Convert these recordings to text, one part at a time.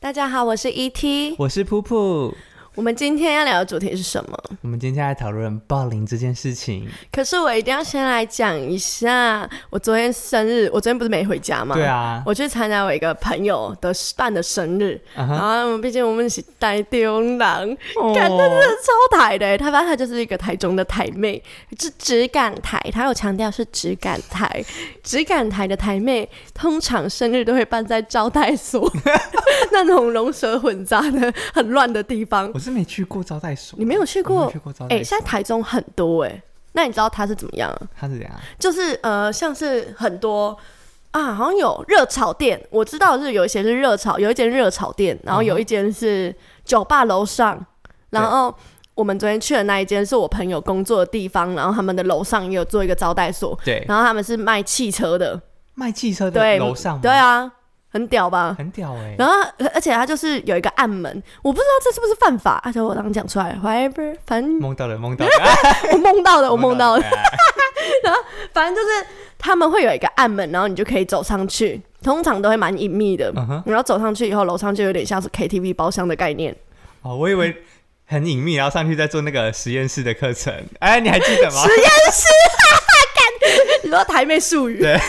大家好，我是 ET。我是噗噗。我们今天要聊的主题是什么？我们今天来讨论霸凌这件事情。可是我一定要先来讲一下，我昨天生日，我昨天不是没回家吗？对。啊，我去参加我一个朋友的办的生日，啊然哈，后毕竟我们是台中人，哦感真的是超台的欸。他反正他就是一个台中的台妹，是质感台，他有强调是质感台。质感台的台妹通常生日都会办在招待 所，那种龙蛇混杂的很乱的地方。我是没去过招待所，你没有去我没有过去？过招哎、待所，现在台中很多哎、那你知道它是怎么样啊？他是怎样？就是呃，像是很多啊，好像有热炒店，我知道是有一些是热炒，有一间热炒店，然后有一间是酒吧楼上，然后。我们昨天去的那一间是我朋友工作的地方，然后他们的楼上也有做一个招待所，对，然后他们是卖汽车的，卖汽车的对，嗯楼上吗对，啊，很屌吧？很屌哎。然后而而且他就是有一个暗门，我不知道这是不是犯法，而且我刚刚讲出来了，whatever，反 正梦到了，梦到了，我梦到啊的，我梦到的，哎。反正就是他们会有一个暗门，然后你就可以走上去，通常都会蛮隐秘的。嗯哼，然后走上去以后，楼上就有点像是 KTV 包厢的概 念，哦，我以为很隐秘，然后上去再做那个实验室的课程。哎，你还记得吗？你说台妹术语。 对啊，对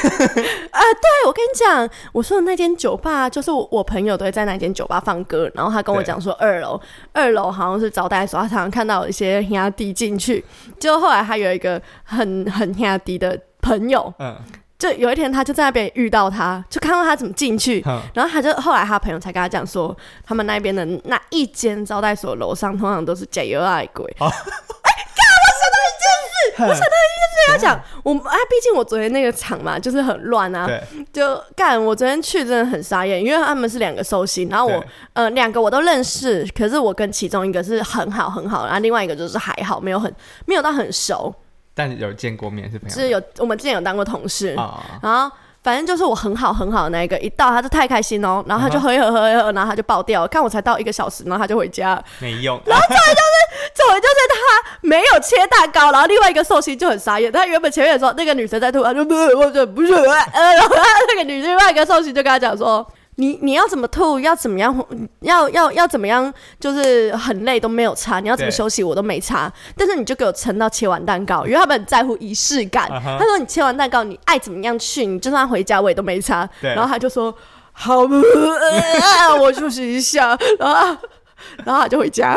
我跟你讲，我说的那间酒吧，就是我我朋友都会在那间酒吧放歌，然后他跟我对讲说，二楼二楼好像是招待所，他常常看到有一些兄弟进去。结果后来他有一个很很兄弟的朋友，嗯，就有一天他就在那边遇到他，就看到他怎么进去，哼，然后他就后来他朋友才跟他讲说，他们那边的那一间招待所楼上通常都是 J R 爱鬼。哦哎，干、我想到一件事，我想到一件事要讲。我们啊，毕竟我昨天那个场嘛，就是很乱啊，对，就干。我昨天去真的很傻眼，因为他们是两个寿星，然后我对呃两个我都认识，可是我跟其中一个是很好很好，然后另外一个就是还好，没有很没有到很熟，但有见过面是朋友，就是有我们之前有当过同事，啊，然后反正就是我很好很好的那一个，一到他就太开心哦，然后他嗯就喝一喝喝一喝，然后他就爆掉了。看我才到一个小时，然后他就回家了。没用。 重点就是他没有切蛋糕，然后另外一个寿星就很傻眼。他原本前面的时候，那个女生在吐，他就不是，我就不是，呃，然后他那个女另外一个寿星就跟他讲说。你你要怎么吐，要怎么样， 要要要怎么样，就是很累都没有差，你要怎么对休息我都没差，但是你就给我撑到切完蛋糕，因为他们很在乎仪式感。啊哈他说你切完蛋糕，你爱怎么样去，你就算回家我也都没差。对然后他就说好、呃，我休息一下，然后 他然后他就回家。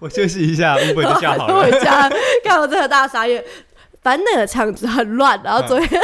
我休息一下，五本就叫好 我了。家，看我真的大傻眼。反正那个场子很乱，然后昨天、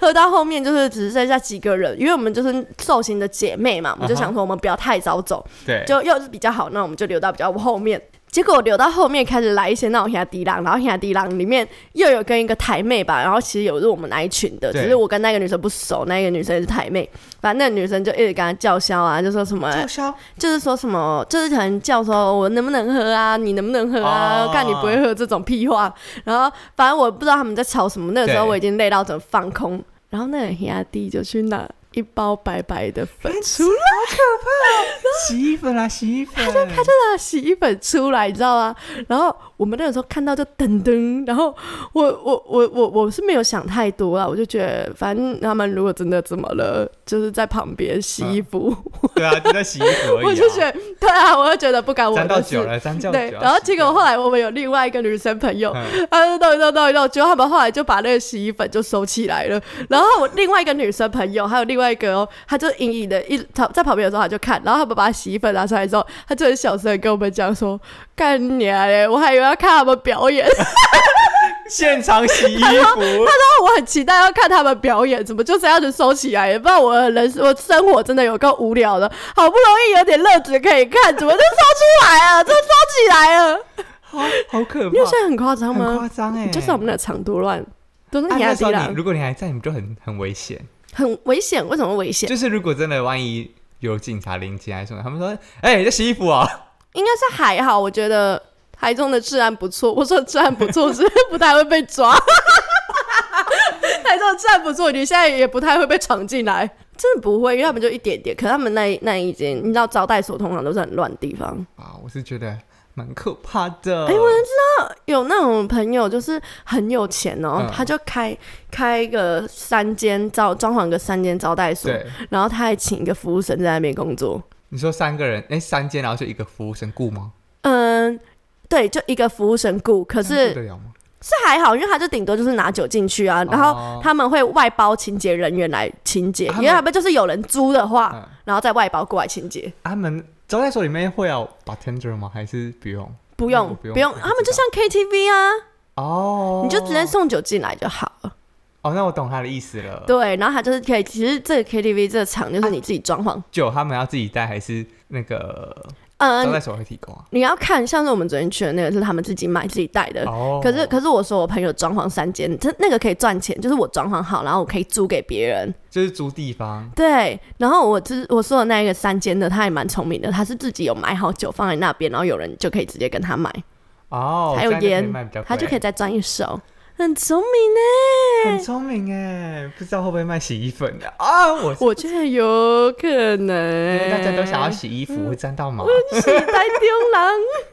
喝到后面就是只剩下几个人，因为我们就是受刑的姐妹嘛，我们就嗯哼想说我们不要太早走，对，就又是比较好，那我们就留到比较后面。结果留到后面开始来一些那种亚迪郎，然后亚迪郎里面又有跟一个台妹吧，然后其实有是我们那一群的，对只是我跟那个女生不熟，那个女生也是台妹，反正那个女生就一直跟她叫嚣啊，就说什么销就是说什么，就是可能叫说我能不能喝啊，你能不能喝啊，哦看、你不会喝这种屁话。然后反正我不知道他们在吵什么，那个时候对我已经累到整个放空。然后那个亚弟就去拿一包白白的粉出来，洗衣粉啦，洗衣粉。他就拿洗衣粉出来，你知道吗？然后我们那个时候看到就噔噔，然后我我我我我是没有想太多啊，我就觉得反正他们如果真的怎么了，就是在旁边洗衣服， 对啊，就在洗衣服而已啊。我就觉得对啊，我就觉得不干我沾到的事酒。了，嗯沾到酒要对洗。，然后结啊果后来我们有另外一个女生朋友，嗯她就弄一弄弄一弄，结果他们后来就把那个洗衣粉就收起来了。然后我另外一个女生朋友，还有另外一个哦，她就隐隐的一她在旁边的时候，她就看，然后他们把洗衣粉拿出来之后，她就很小声地跟我们讲说：“干你啊嘞！我还以为要看他们表演， 然现场洗衣服。后我很期待要看他们表演，怎么就这样子收起来了？不然我的人我生活真的有够无聊的，好不容易有点乐子可以看，怎么就收出来了？就 收起来了？好好可你有觉怕，得很夸张吗？很夸张哎！就是我们的长多乱，都是啊你那阿时迪候啦你，如果你还在，你们就很很危险。很危险。为什么危险？就是如果真的万一有警察临检还是什么，他们说：“哎，你在洗衣服啊应该是还好，我觉得台中的治安不错。我说治安不错，是不太会被抓。台中的治安不错，你现在也不太会被闯进来，真的不会，因为他们就一点点。可是他们那一那一间，你知道招待所通常都是很乱的地方，！”啊，我是觉得蛮可怕的。哎、我能知道有那种朋友就是很有钱哦，嗯他就开开一个三间招装潢个三间招待所，对，然后他还请一个服务生在那边工作。你说三个人，哎、三间，然后就一个服务生雇吗？嗯，对，就一个服务生雇，可这样是雇得了吗？是还好，因为他就顶多就是拿酒进去啊，然后哦他们会外包清洁人员来清洁，啊因他为他们们就是有人租的话，嗯然后再外包过来清洁。啊他们招待所里面会有 bartender 吗？还是不用？不那用我，不用我不他们知就像 KTV 啊，哦，你就直接送酒进来就好了。哦，那我懂他的意思了。对，然后他就是可以，其实这个 KTV 这个场就是你自己装潢，酒他们要自己带，还是那个招嗯、待所会提供啊？你要看，像是我们昨天去的那个是他们自己买自己带的。呃哦，可是，可是我说我朋友装潢三间，这那个可以赚钱，就是我装潢好，然后我可以租给别人。就是租地方，对，然后我之我说的那一个三间的，他也蛮聪明的，他是自己有买好酒放在那边，然后有人就可以直接跟他买，哦，还有这样就可以烟卖比较贵他就可以再赚一手，很聪明欸很呢。聪明哎，不知道会不会卖洗衣粉的啊？我我觉得有可 因为能，大家都想要洗衣服，会沾到毛，是太丢人。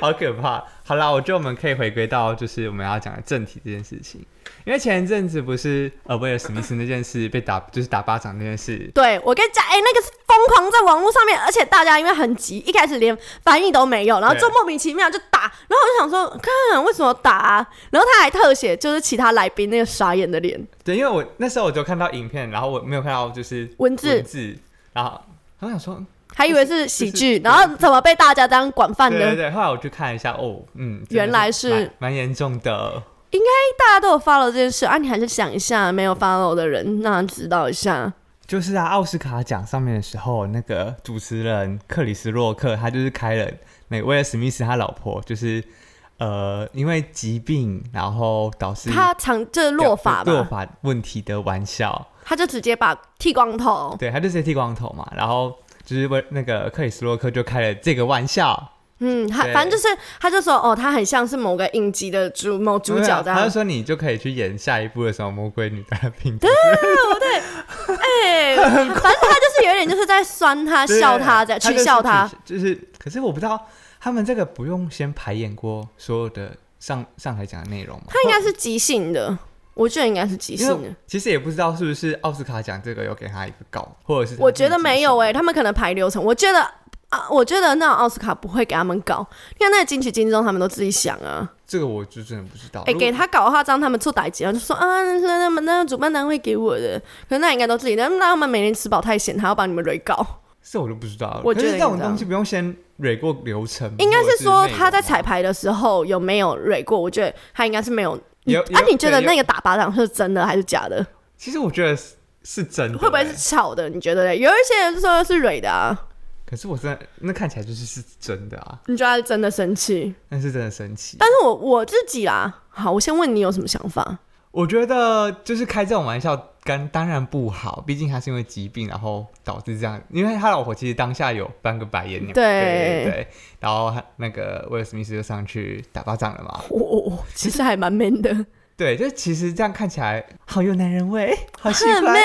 好可怕。好啦，我觉得我们可以回归到就是我们要讲的正题这件事情，因为前一阵子不是呃威尔史密斯那件事被打，就是打巴掌那件事，对我跟你讲，哎、那个是疯狂在网络上面，而且大家因为很急，一开始连翻译都没有，然后对就莫名其妙就打，然后我就想说，看为什么打啊、然后他还特写就是其他来宾那个傻眼的脸，对，因为我那时候我就看到影片，然后我没有看到就是文字文字，然后然后想说，还以为是喜剧，就是然后怎么被大家这样广泛对对的？哎对，后来我去看一下，哦，嗯，真的原来是蛮蛮严重的，大家都有 follow 这件事啊，你还是想一下，没有 follow 的人让他知道一下。就是啊，奥斯卡奖上面的时候，那个主持人克里斯洛克，他就是开了那个威尔史密斯他老婆，就是呃，因为疾病然后导致他常就是落发落嘛，发问题的玩笑，他就直接把剃光头，对，他就是剃光头嘛，然后就是威那个克里斯洛克就开了这个玩笑，嗯，他对反正就是他就说哦，他很像是某个影集的主某主角这对啊他样就。说你就可以去演下一部的什么魔鬼女的病毒，对，哎 反正他就是有点就是在酸他、对啊啊笑他，在取就是笑他。取就是可是我不知道他们这个不用先排演过所有的上上台讲的内容吗？他应该是即兴的，我觉得应该是即兴因的为。其实也不知道是不是奥斯卡奖这个有给他一个稿，或者是他我觉得没有哎、自己他们可能排流程。我觉得啊，我觉得那种奥斯卡不会给他们搞。你看那个金曲、金钟，他们都自己想啊。这个我就真的不知道。哎、哦如果给他搞的话，这样他们做打击，然后就说啊，那那那那主办单位给我的，可是那应该都自己。那那他们每天吃饱太闲，还要把你们雷搞。这我就不知道了。我觉得可是这种东西不用先蕊过流程吗，应该或者是嗯是说内容他在吗彩排的时候有没有蕊过？我觉得他应该是没有。你有啊有，你觉得对有那个打巴掌是真的还是假的？其实我觉得是是真的、会不会哎是炒的？你觉得嘞？有一些人说是蕊的啊，可是我真的那看起来就是是真的啊，你觉得他是真的生气？那是真的神奇。但是我我自己啦，好，我先问你有什么想法？我觉得就是开这种玩笑，当当然不好，毕竟他是因为疾病，然后导致这样。因为他老婆其实当下有翻个白眼，对对对对，然后他那个威尔史密斯就上去打巴掌了嘛。我我我其实还蛮 man 的，很对，就其实这样看起来好有男人 味，好喜 man 欢。啊！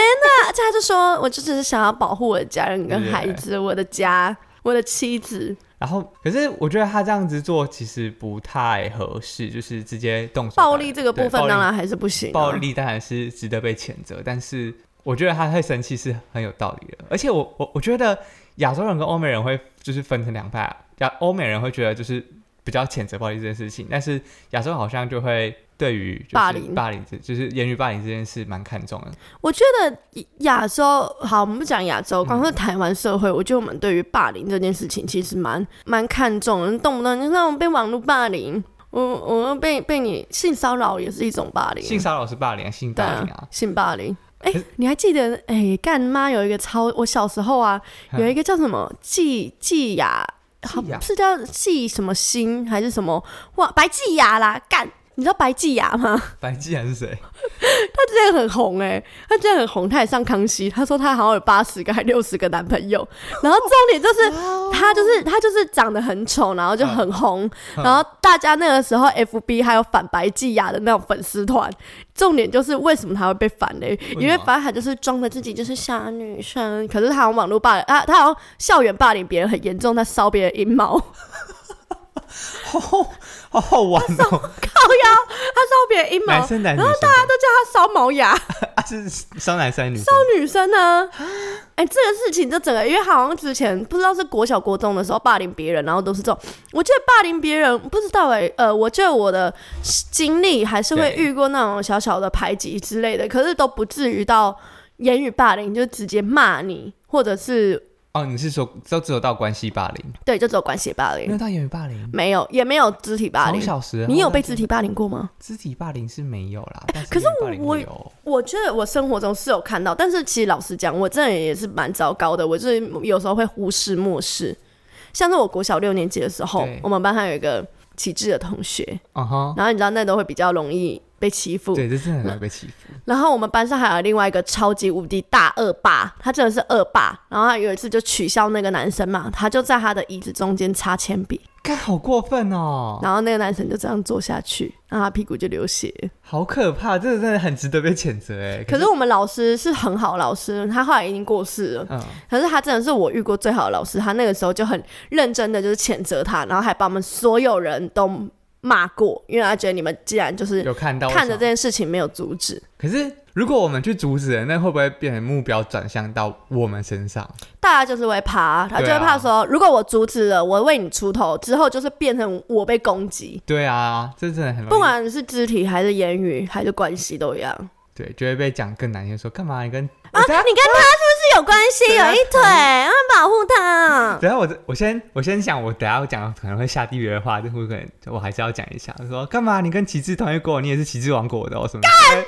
而且他就说，我就只是想要保护我的家人跟孩子，我的家，我的妻子。然后，可是我觉得他这样子做其实不太合适，就是直接动手打人。暴力这个部对分当然还是不行、啊，暴力，暴力当然是值得被谴责，但是我觉得他会生气是很有道理的。而且我我我觉得亚洲人跟欧美人会就是分成两派、啊，亚欧美人会觉得就是比较谴责暴力这件事情，但是亚洲人好像就会对于就是霸凌霸凌这就是言语霸凌这件事蛮看重的。我觉得亚洲好，我们不讲亚洲，光是台湾社会，我觉得我们对于霸凌这件事情其实蛮蛮看重的，动不动就那种被网络霸凌，我我被被你性骚扰也是一种霸凌，性骚扰是霸凌、啊，性对霸啊凌啊，性霸凌。哎、可是你还记得哎干妈有一个超，我小时候啊有一个叫什么季季雅，好季嗯雅是叫季什么星还是什么哇白季雅啦干。你知道白季雅吗？白纪然 是谁？她之前很红哎、她之前很红，她也上康熙。她说她好像有八十个还六十个男朋友，然后重点就是她就是她就是长得很丑，然后就很红，哦嗯然后大家那个时候 FB 还有反白季雅的那种粉丝团。重点就是为什么她会被反嘞？么因为反正她就是装的自己就是小女生，可是她好像网络霸凌，啊，她好像校园霸凌别人很严重，她烧别人阴毛。好好好好玩哦，靠腰， 他烧别人阴毛，男然生男女后生大家都叫他烧毛牙，啊是伤男生还是女生烧女生呢？啊哎、这个事情就整个，因为好像之前不知道是国小国中的时候霸凌别人，然后都是这种，我觉得霸凌别人不知道哎、呃，我觉得我的经历还是会对遇过那种小小的排挤之类的，可是都不至于到言语霸凌，就直接骂你，或者是哦，你是说都只有到关系霸凌，对这种关系霸没凌，有到言语霸凌？没有也没有肢体霸从凌。小时你有被肢肢体霸凌过吗？肢体霸凌是没有啦，但可是言语霸凌我会有我觉得我生活中是有看到，但是其实老实讲，我这人也是蛮糟糕的，我就是有时候会忽视漠视。像是我国小六年级的时候对，我们班上有一个体质的同学，嗯哼，然后你知道那都会比较容易被欺负。对，这真的很容易被欺负，然后我们班上还有另外一个超级无敌大恶霸，他真的是恶霸。然后他有一次就取笑那个男生嘛，他就在他的椅子中间插铅笔，看好过分哦，然后那个男生就这样坐下去，然后他屁股就流血。好可怕，这个真的很值得被谴责哎。可是是我们老师是很好的老师，他后来已经过世了。嗯，可是他真的是我遇过最好的老师，他那个时候就很认真的就是谴责他，然后还把我们所有人都骂过，因为他觉得你们既然就是有看到看着我想这件事情没有阻止，可是如果我们去阻止了，那会不会变成目标转向到我们身上？大家就是会怕，他就对会啊怕说，如果我阻止了，我为你出头之后，就是变成我被攻击，对啊，这真的很容易不管是肢体还是言语还是关系都一样。对，就会被讲更难听，说干嘛你跟啊，我你跟等他下是不是有关系？对啊有一腿，要保护他。等下我我先我先讲，我等下我讲可能会下地狱的话，但我可能我还是要讲一下，说干嘛你跟旗帜同一国，你也是旗帜王国的、哦，什么？干，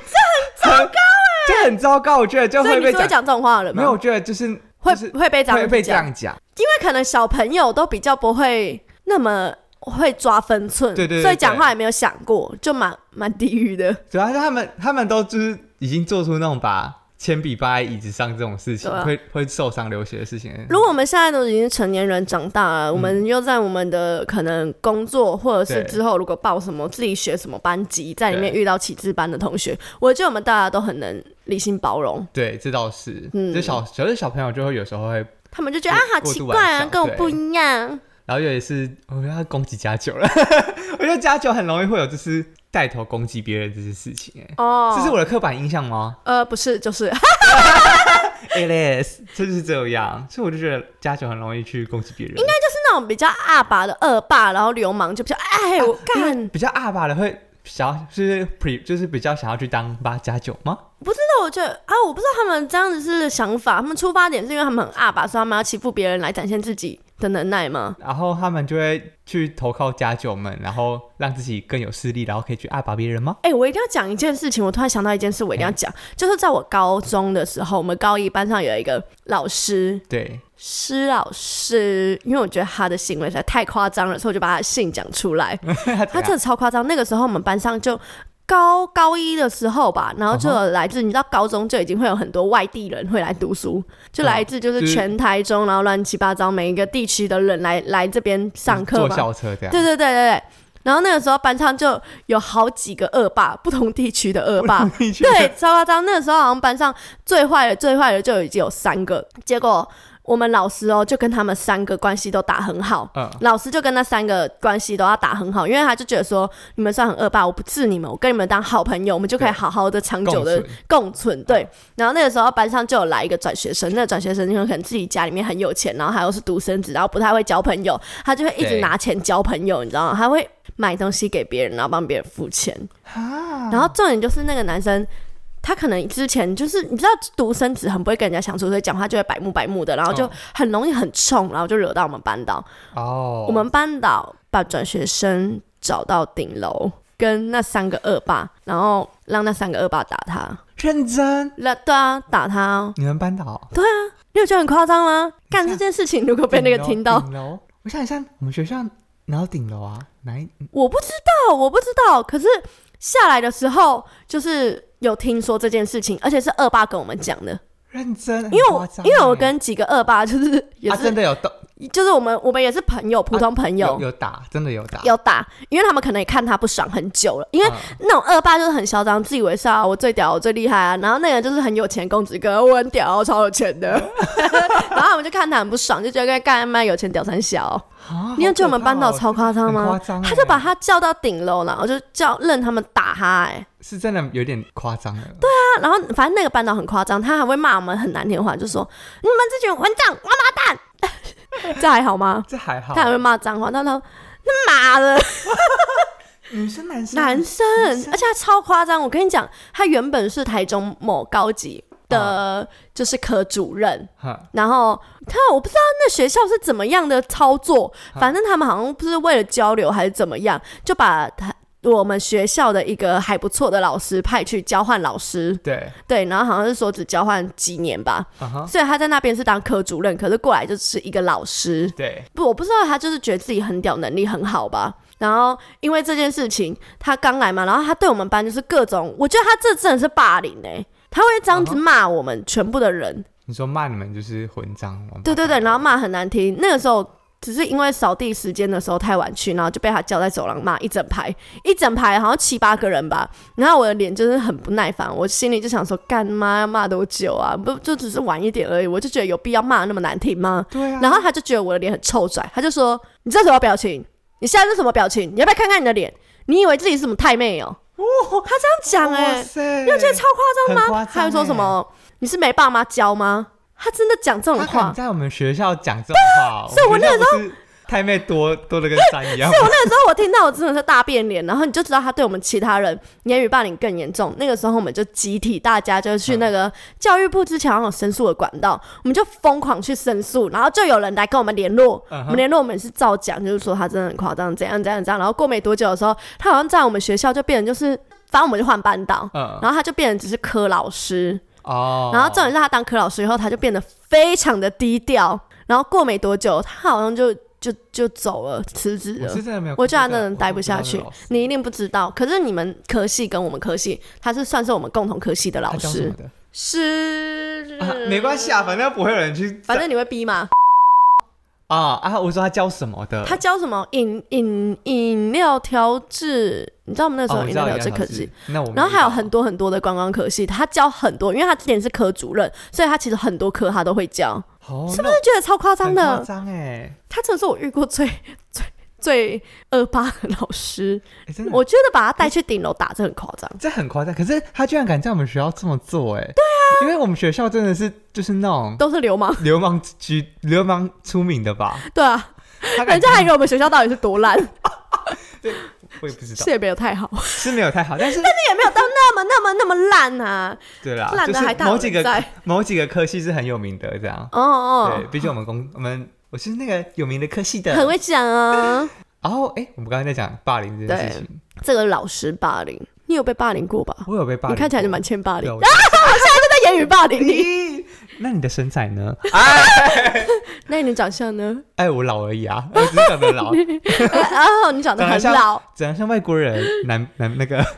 这很糟糕哎、这很糟糕，我觉得就欸所以会你被是会讲，讲这种话了吗？没有，我觉得就是会就是会被这会样被这讲。样讲，因为可能小朋友都比较不会那么会抓分寸，对对对嗯所以讲话也没有想过，就蛮蛮地狱的。主要是他们他们都就是已经做出那种把铅笔放在椅子上这种事情，对啊会会受伤流血的事情。如果我们现在都已经成年人长大了，我们又在我们的可能工作或者是对之后如果报什么自己学什么班级，在里面遇到启智班的同学，我觉得我们大家都很能理性包容。对，这倒是，嗯就小小小朋友就会有时候会，他们就觉得啊过，好过奇度怪玩啊，笑跟我对不一样。然后有一次我觉得他攻击家酒了， 我觉得家酒很容易会有就是带头攻击别人这些事情、哎、哦，这是我的刻板印象吗呃，不是，就是 ？Alice 就是这样，所以我就觉得家酒很容易去攻击别人，应该是那种比较阿爸的恶霸，然后流氓就比较啊哎，我干，比较二吧的会想要就是 pre 就是比较想要去当八加九吗？那我觉得啊，我不知道他们这样子是想法，他们出发点是因为他们很阿吧，所以他们要欺负别人来展现自己的能耐吗？然后他们就会去投靠家酒们，然后让自己更有势力，然后可以去爱拔别人吗？哎、我一定要讲一件事情，我突然想到一件事，我一定要讲，就是在我高中的时候，我们高一班上有一个老师，对，施老师，因为我觉得他的行为实在太夸张了，所以我就把他的姓讲出来。 他他真怎样的超夸张。那个时候我们班上就高高一的时候嗯吧，然后就有来自、你知道高中就已经会有很多外地人会来读书，就来自就是就是全台中，然后乱七八糟每一个地区的人来来这边上课坐嘛。校车这样，对对对对对。然后那个时候班上就有好几个恶霸，不同地区的恶霸， 你去对，超夸张。那个时候好像班上最坏的、最坏的就已经有三个，结果我们老师哦就跟他们三个关系都打很好， 嗯老师就跟那三个关系都要打很好，因为他就觉得说你们算很恶霸，我不治你们，我跟你们当好朋友，我们就可以对好好的长久共的存嗯共存。对，然后那个时候班上就有来一个转学生，那个转学生因为可能自己家里面很有钱，然后还有是独生子，然后不太会交朋友，他就会一直对拿钱交朋友，你知道吗？他会买东西给别人，然后帮别人付钱。啊，然后重点就是那个男生，他可能之前就是你知道独生子很不会跟人家相处，所以讲话就会百目百目的，然后就嗯很容易很冲，然后就惹到我们班导。哦，我们班导把转学生找到顶楼，跟那三个恶霸，然后让那三个恶霸打他。认真，那对啊，打他、哦，你们班导你有觉得很夸张吗？干你这看件事情，如果被那个听到，顶楼，我想一下，我们学校哪有顶楼啊？哪一我不知道，我不知道。可是下来的时候，就是有听说这件事情，而且是恶霸跟我们讲的。认真？因为很我夸张因为我欸跟几个恶霸就是也啊是、真的有斗啊就是我们我们也是朋友，普通朋友。有打，真的有打，有打，因为他们可能也看他不爽很久了，因为嗯那种恶霸就是很嚣张，自以为是啊，我最屌，我最厉害啊。然后那个就是很有钱公子哥，我很屌，我超有钱 的。然后他们就看他很不爽，就觉得跟干他妈有钱屌三小。啊你有觉得我们班导超夸张很夸吗？张欸，他就把他叫到顶楼了，我就叫任他们打他、哎，是真的有点夸张的，对，啊然后反正那个班导很夸张，他还会骂我们很难听的话，就说你们这群混账王八蛋，这 还好吗？这还好他，还会骂脏话，但他他妈的， 女生男生男生，而且他超夸张。我跟你讲，他原本是台中某高级啊的，就是科主任。哈然后他我不知道那学校是怎么样的操作，啊反正他们好像不是为了交流还是怎么样，就把他我们学校的一个还不错的老师派去交换老师。对，对，然后好像是说只交换几年吧，啊哈，所以他在那边是当科主任，可是过来就是一个老师。对，不，我不知道他就是觉得自己很屌，能力很好吧。然后因为这件事情，他刚来嘛，然后他对我们班就是各种，我觉得他这真的是霸凌哎、他会这样子啊骂我们全部的人，你说骂你们就是混账，王八对对对，蛋然后骂很难听。那个时候只是因为扫地时间的时候太晚去，然后就被他叫在走廊骂一整排，一整排好像七八个人吧。然后我的脸就是很不耐烦，我心里就想说，干妈要骂多久啊？不就只是晚一点而已，我就觉得有必要骂得那么难听吗？对啊，然后他就觉得我的脸很臭拽，他就说：“你这什么表情？你现在是什么表情？你要不要看看你的脸？你以为自己是什么太妹哦、他这样讲哎、哇塞，你有觉得超夸张很吗？夸张他还说什欸么？你是没爸妈教吗？他真的讲这种他敢话。啊在我们学校讲这种话，所以我那时候太妹多多的跟山 一样，那时候我听到我真的是大变脸，然后你就知道他对我们其他人言语霸凌更严重。那个时候我们就集体大家就去那嗯个教育部之前好像有申诉的管道，我们就疯狂去申诉，然后就有人来跟我们联络，嗯哼我们联络我们是照讲，就是说他真的很夸张，怎样怎样怎样。然后过没多久的时候，他好像在我们学校就变成就是，反正我们就换班导。嗯然后他就变成只是科老师，哦，然后重点是他当科老师以后，他就变得非常的低调。然后过没多久，他好像就就就走了，辞职我了是。真的没有看过这我觉个，得他真的待我不知道下这个去老师，你一定不知道。可是你们科系跟我们科系，他是算是我们共同科系的老他叫什师么，的是、啊没关系啊，反正不会有人去，反正你会逼嘛。啊啊，我说他教什么的，他教什么饮饮饮料调制？你知道我们那时哦候我饮知料道调制杨科老系师，，那我然后还有很多多很多的观光科系，他教很多，因为他之前是科主任，所以他其实很多科他都会教。是不是我就觉得超夸张的，夸张哎，他真的是我遇过最最最恶霸的老师。哎真的我觉得把他带去顶楼打，这很夸张。这很夸张，可是他居然敢在我们学校这么做哎，对啊，因为我们学校真的是就是那种都是流氓，流氓居流氓出名的 吧，对啊，他敢 人家还以为我们学校到底是多烂，我也不知道是也没有太好，但是没有太好，但是是也没有到那么那么那么烂 啊，对啦，烂就的是还大某有几人个在。某几个科系是很有名的，这样。哦哦对，，毕竟我们公我们我是那个有名的科系的。很会讲啊，然后哎，我们刚才在讲霸凌这件事情，这个老师霸凌，你有被霸凌过吧？我有被霸凌过，你看起来就蛮欠霸凌，有在言语霸凌 你。咦那你的身材呢？那你的长相呢？哎，我老而已啊，我只是长得 老，哦，你长得很长得像老，长得像外国人，南南那个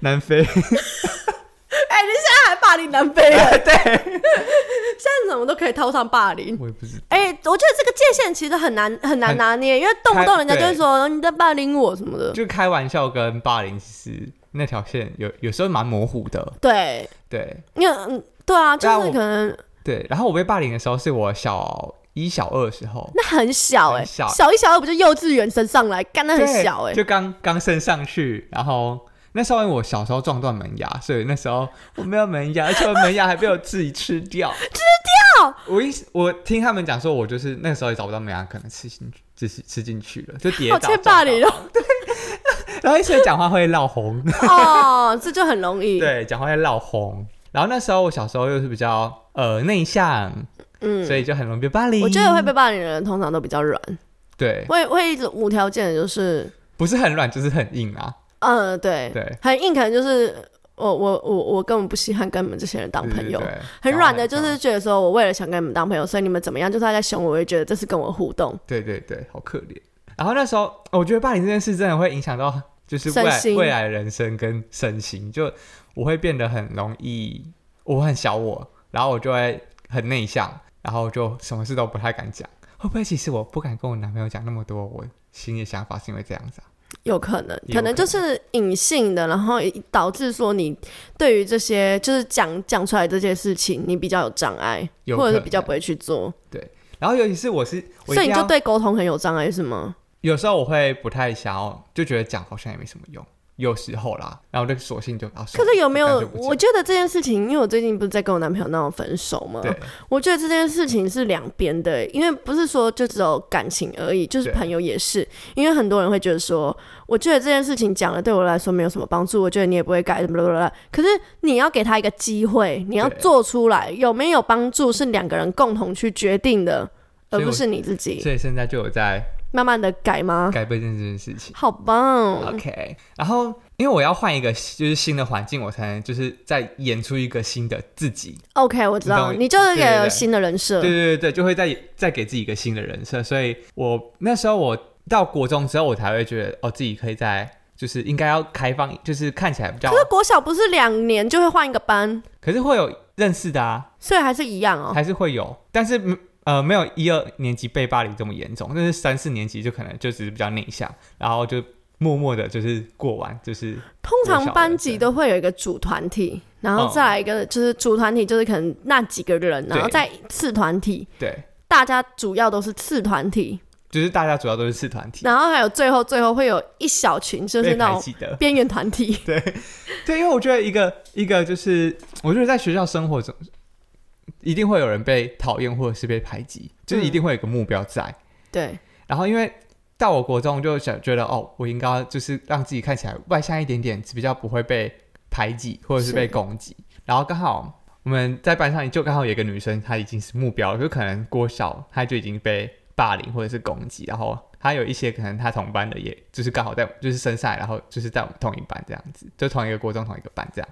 南非。哎，你现在还霸凌南非人？ 对，现在怎么都可以套上霸凌。我也不知道，哎、我觉得这个界限其实很难很难很拿捏，因为动不动人家他就会说哦你在霸凌我什么的。就开玩笑跟霸凌，其实那条线有有时候蛮模糊的，对，对因为嗯，对啊，就对啊是我可能对。然后我被霸凌的时候是我小一小二的时候，那很小哎、很小一小二不就幼稚园升上来，干那很对小哎、就刚刚升上去，然后那时候因为我小时候撞断门牙，所以那时候我没有门牙，而且我门牙还被我自己吃 掉，吃掉。我一我听他们讲说，我就是那时候也找不到门牙，可能吃进去，吃吃进去了，就跌好倒。欠撞霸到凌哦，然后一直讲话会 闹红，哦，这就很容易。，对，讲话会闹红。然后那时候我小时候又是比较呃内向，嗯所，以就很容易被霸凌。我觉得会被霸凌的人通常都比较软，对，会会一直无条件的，就是不是很软就是很硬啊，嗯、呃对，对，很硬，可能就是我我我我根本不稀罕跟你们这些人当对朋友。对对很讲话软的，就脏是觉得说我为了想跟你们当朋友，所以你们怎么样，就算在凶我，我也觉得这是跟我互动。对对对，好可怜。然后那时候，哦我觉得霸凌这件事真的会影响到，就是未身来心未来人生跟身心，就我会变得很容易，我很小我，然后我就会很内向，然后就什么事都不太敢讲，会不会其实我不敢跟我男朋友讲那么多我心里想法，是因为这样子啊？有可能，也有可能就是隐性的，然后导致说你对于这些就是讲讲出来这些事情，你比较有障碍，有或者可是能比较不会去做，然后尤其是我是，我所一以定你就要对沟通很有障碍是吗？有时候我会不太想要，就觉得讲好像也没什么用，有时候啦，然后我就索性就啊，可是有没干脆有？不讲我觉得这件事情，因为我最近不是在跟我男朋友闹分手吗？对我觉得这件事情是两边的，欸因为不是说就只有感情而已，就是对朋友也是。因为很多人会觉得说，我觉得这件事情讲了对我来说没有什么帮助，我觉得你也不会改，怎么怎么怎么。可是你要给他一个机会，你要对做出来有没有帮助是两个人共同去决定的，而所以我不是你自己所以现在就有在慢慢的改吗？改变这件事情。好棒、哦！ OK，然后因为我要换一个就是新的环境，我才能就是再演出一个新的自己。 OK，我知你道，懂我你就是对对有对新的人设。对对对对，就会再再给自己一个新的人设。所以我那时候我到国中之后，我才会觉得哦，自己可以在就是应该要开放，就是看起来比较可，是国小不是两年就会换一个班，可是会有认识的啊，所以还是一样哦。还是会有，但是嗯呃没有一二年级被霸凌这么严重，但是三四年级就可能就只是比较内向，然后就默默的就是过完，就是通常班级都会有一个主团体，然后再来一个就是主团体，就是可能那几个人，嗯对然后再次团体，对，大家主要都是次团体，就是大家主要都是次团体，然后还有最后最后会有一小群，就是被那排种挤的。边缘团 体。对，因为我觉得一个一个就是，我觉得在学校生活中，一定会有人被讨厌或者是被排挤，就是一定会有一个目标在。对，然后因为到我国中就想觉得哦，我应该就是让自己看起来外向一点点，比较不会被排挤或者是被是攻击。然后刚好我们在班上就刚好有一个女生，她已经是目标了，就可能郭小她就已经被霸凌或者是攻击，然后她有一些可能她同班的也就是刚好在就是生下来，然后就是在我们同一班这样子，就同一个国中同一个班这样。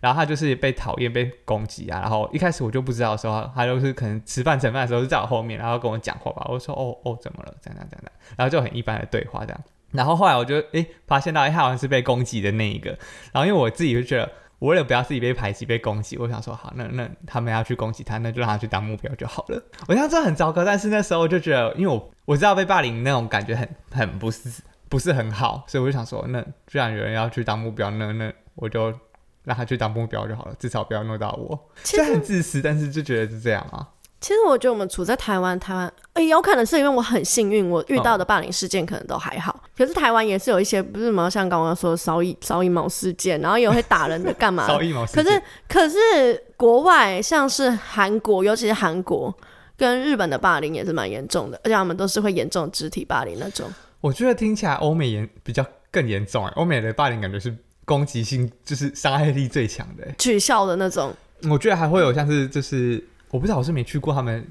然后她就是被讨厌、被攻击啊。然后一开始我就不知道的时候，她就是可能吃饭、盛饭的时候就在我后面，然后跟我讲话吧。我就说哦哦，怎么了？这样这样这样，然后就很一般的对话这样。然后后来我就诶发现到，诶，她好像是被攻击的那一个。然后因为我自己就觉得，我为了不要自己被排挤、被攻击，我想说好，那那他们要去攻击她，那就让她去当目标就好了。我想这很糟糕，但是那时候就觉得，因为我我知道被霸凌那种感觉很很不是不是很好，所以我就想说，那既然有人要去当目标，那那我就让他去当目标就好了，至少不要弄到我。其虽然实很自私，但是就觉得是这样啊。其实我觉得我们处在台湾，台湾也、有可能是因为我很幸运，我遇嗯到的霸凌事件可能都还好。可是台湾也是有一些不是什么像刚刚说的烧一烧一毛事件，然后也会打人的 干嘛的少一毛事啊可情，是可是国外像是韩国，尤其是韩国跟日本的霸凌也是蛮严重的，而且他们都是会严重肢体霸凌那种。我觉得听起来欧美严比较更严重哎、欧美的霸凌感觉是攻击性就是伤害力最强的、欸。取笑的那种，我觉得还会有像是就是我不知道我是没去过他们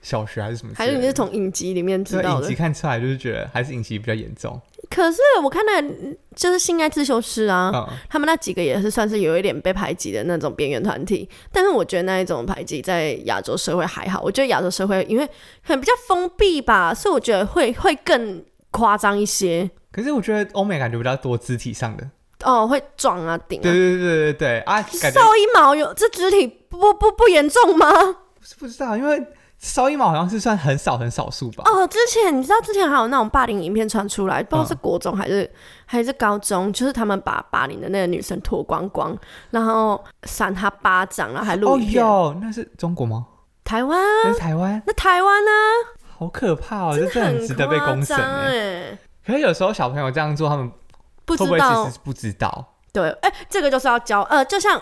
小学还是什么之还类的，是你是从影集里面知对道影的集？看出来就是觉得还是影集比较严重。可是我看那个就是性爱自修室啊，嗯，他们那几个也是算是有一点被排挤的那种边缘团体，但是我觉得那一种排挤在亚洲社会还好，我觉得亚洲社会因为很比较封闭吧，所以我觉得会会更夸张一些可是我觉得欧美感觉比较多肢体上的，哦，会撞啊顶啊对对对对对对啊，感觉少一毛有这肢体不不不不严重吗？不知道，因为烧一毛好像是算很少很少数吧。哦，之前你知道之前还有那种霸凌影片传出来，不知道是国中还是、还是高中，就是他们把霸凌的那个女生脱光光，然后扇她巴掌，然啊后还录哦影片。哟，那是中国吗？台湾 啊，那是台湾，那台湾呢、啊好可怕哦！这真的很值得被夸公审张哎、哎，可是有时候小朋友这样做，他们不会知不会道其实是不知道？对，哎、这个就是要教，呃，就像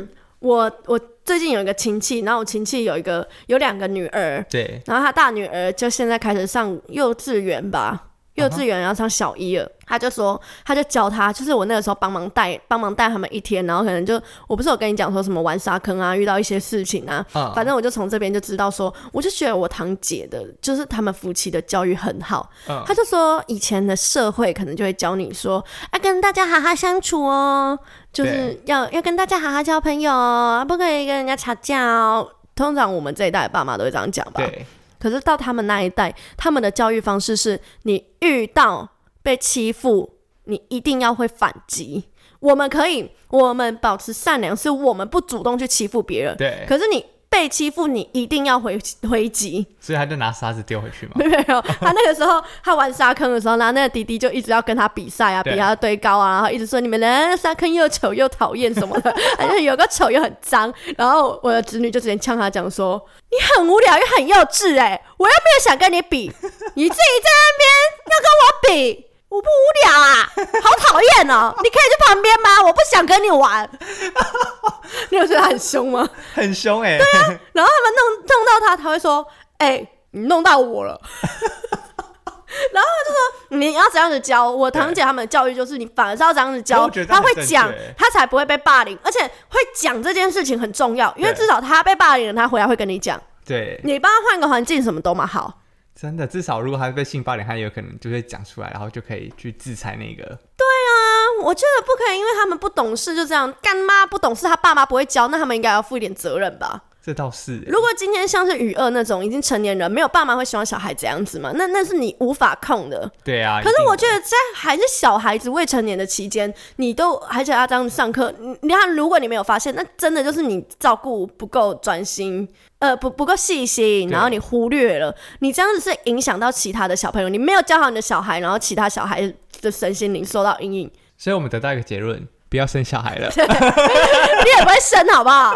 我我最近有一个亲戚，然后我亲戚有一个有两个女儿，对，然后他大女儿就现在开始上幼稚园嗯吧，幼稚园要上小一了。他就说，他就教他，就是我那个时候帮忙带，帮忙带他们一天，然后可能就我不是有跟你讲说什么玩沙坑啊，遇到一些事情啊，嗯，反正我就从这边就知道说，我就觉得我堂姐的，就是他们夫妻的教育很好。嗯他就说，以前的社会可能就会教你说，啊，跟大家好好相处哦，就是对要要跟大家好好交朋友哦，不可以跟人家吵架哦。通常我们这一代的爸妈都会这样讲吧？对，可是到他们那一代，他们的教育方式是你遇到被欺负，你一定要会反击。我们可以，我们保持善良，是我们不主动去欺负别人。对，可是你被被欺负，你一定要回回击。所以他就拿沙子丢回去嘛。没有没有，他那个时候他玩沙坑的时候，然后那个迪迪就一直要跟他比赛啊，对比他堆高啊，然后一直说你们人沙坑又丑又讨厌什么的， 而且有个丑又很脏。然后我的侄女就直接呛他讲说：“你很无聊又很幼稚哎、我又没有想跟你比，你自己在那边要跟我比。”我不无聊啊，好讨厌哦！你可以去旁边吗？我不想跟你玩。你有觉得他很凶吗？很凶哎、欸，然后他们弄弄到他，他会说：“哎、你弄到我 了。”然后他就说：“你要怎样子教？”我堂姐他们的教育就是，你反而是要这样子教我觉，得他很会正确讲，他才不会被霸凌，而且会讲这件事情很重要，因为对至少他被霸凌了，他回来会跟你讲， 对，你帮他换个环境，什么都蛮好。真的，至少如果他被性霸凌，他也有可能就会讲出来，然后就可以去制裁那个。啊我觉得不可以，因为他们不懂事就这样，干妈不懂事，他爸妈不会教，那他们应该要负一点责任吧。这倒是、欸，如果今天像是雨二那种已经成年人，没有爸妈会喜欢小孩这样子嘛？那那是你无法控的。对啊。可是一定我觉得在还是小孩子未成年的期间，你都而且要这样上课，你你看，如果你没有发现，那真的就是你照顾不够专心，呃，不不够细心，对然后你忽略了，你这样子是影响到其他的小朋友，你没有教好你的小孩，然后其他小孩的身心灵受到阴影， 所以我们得到一个结论：不要生小孩了。你也不会生好不好？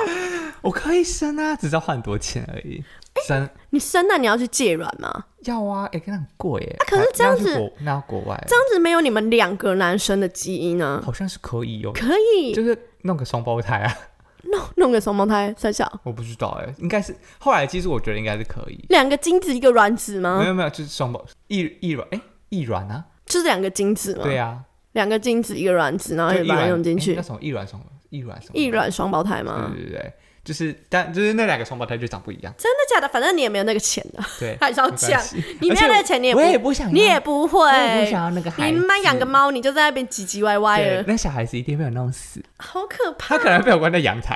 我可以生啊，只是要花很多钱而已。哎生你生那你要去戒卵吗？要啊，哎、那很贵哎、啊可是还这样子那要去国那要国外这样子没有你们两个男生的基因啊，好像是可以哦，可以就是弄个双胞胎啊， 弄弄个双胞胎三小，我不知道哎、应该是后来其实我觉得应该是可以，两个精子一个卵子没吗？有没有，就是双胞一一卵哎一卵啊，就是两个精子吗？对啊，两个精子一个卵嗯子，然后就也一把它卵用进哎去那，什么一卵双一卵什么嗯一嗯卵双胞胎吗？对对对对，就是但就是那两个双胞胎就长不一样，真的假的？反正你也没有那个钱的， 对，还是要没关讲系，你而没且有那个钱，你也不我，也不想要，啊你也不会我也不，想要那个孩你子，妈养个猫，你就在那边唧唧歪歪对了，，那小孩子一定被我弄死，好可怕他可能被我关在阳台。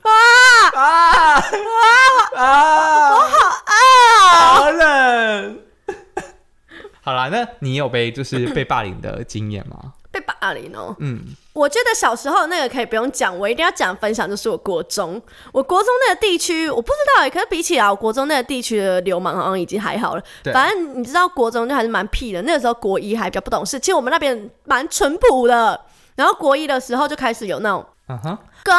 啊啊啊！我好饿，好哦冷。好啦，那你有被就是被霸凌的经验吗？被霸凌哦！嗯，我觉得小时候那个可以不用讲，我一定要讲分享，就是我国中，我国中那个地区，我不知道哎，可是比起来，我国中那个地区的流氓好像已经还好了。对反正你知道，国中就还是蛮屁的，那个时候国一还比较不懂事，其实我们那边蛮淳朴的。然后国一的时候就开始有那种嗯哼，哥，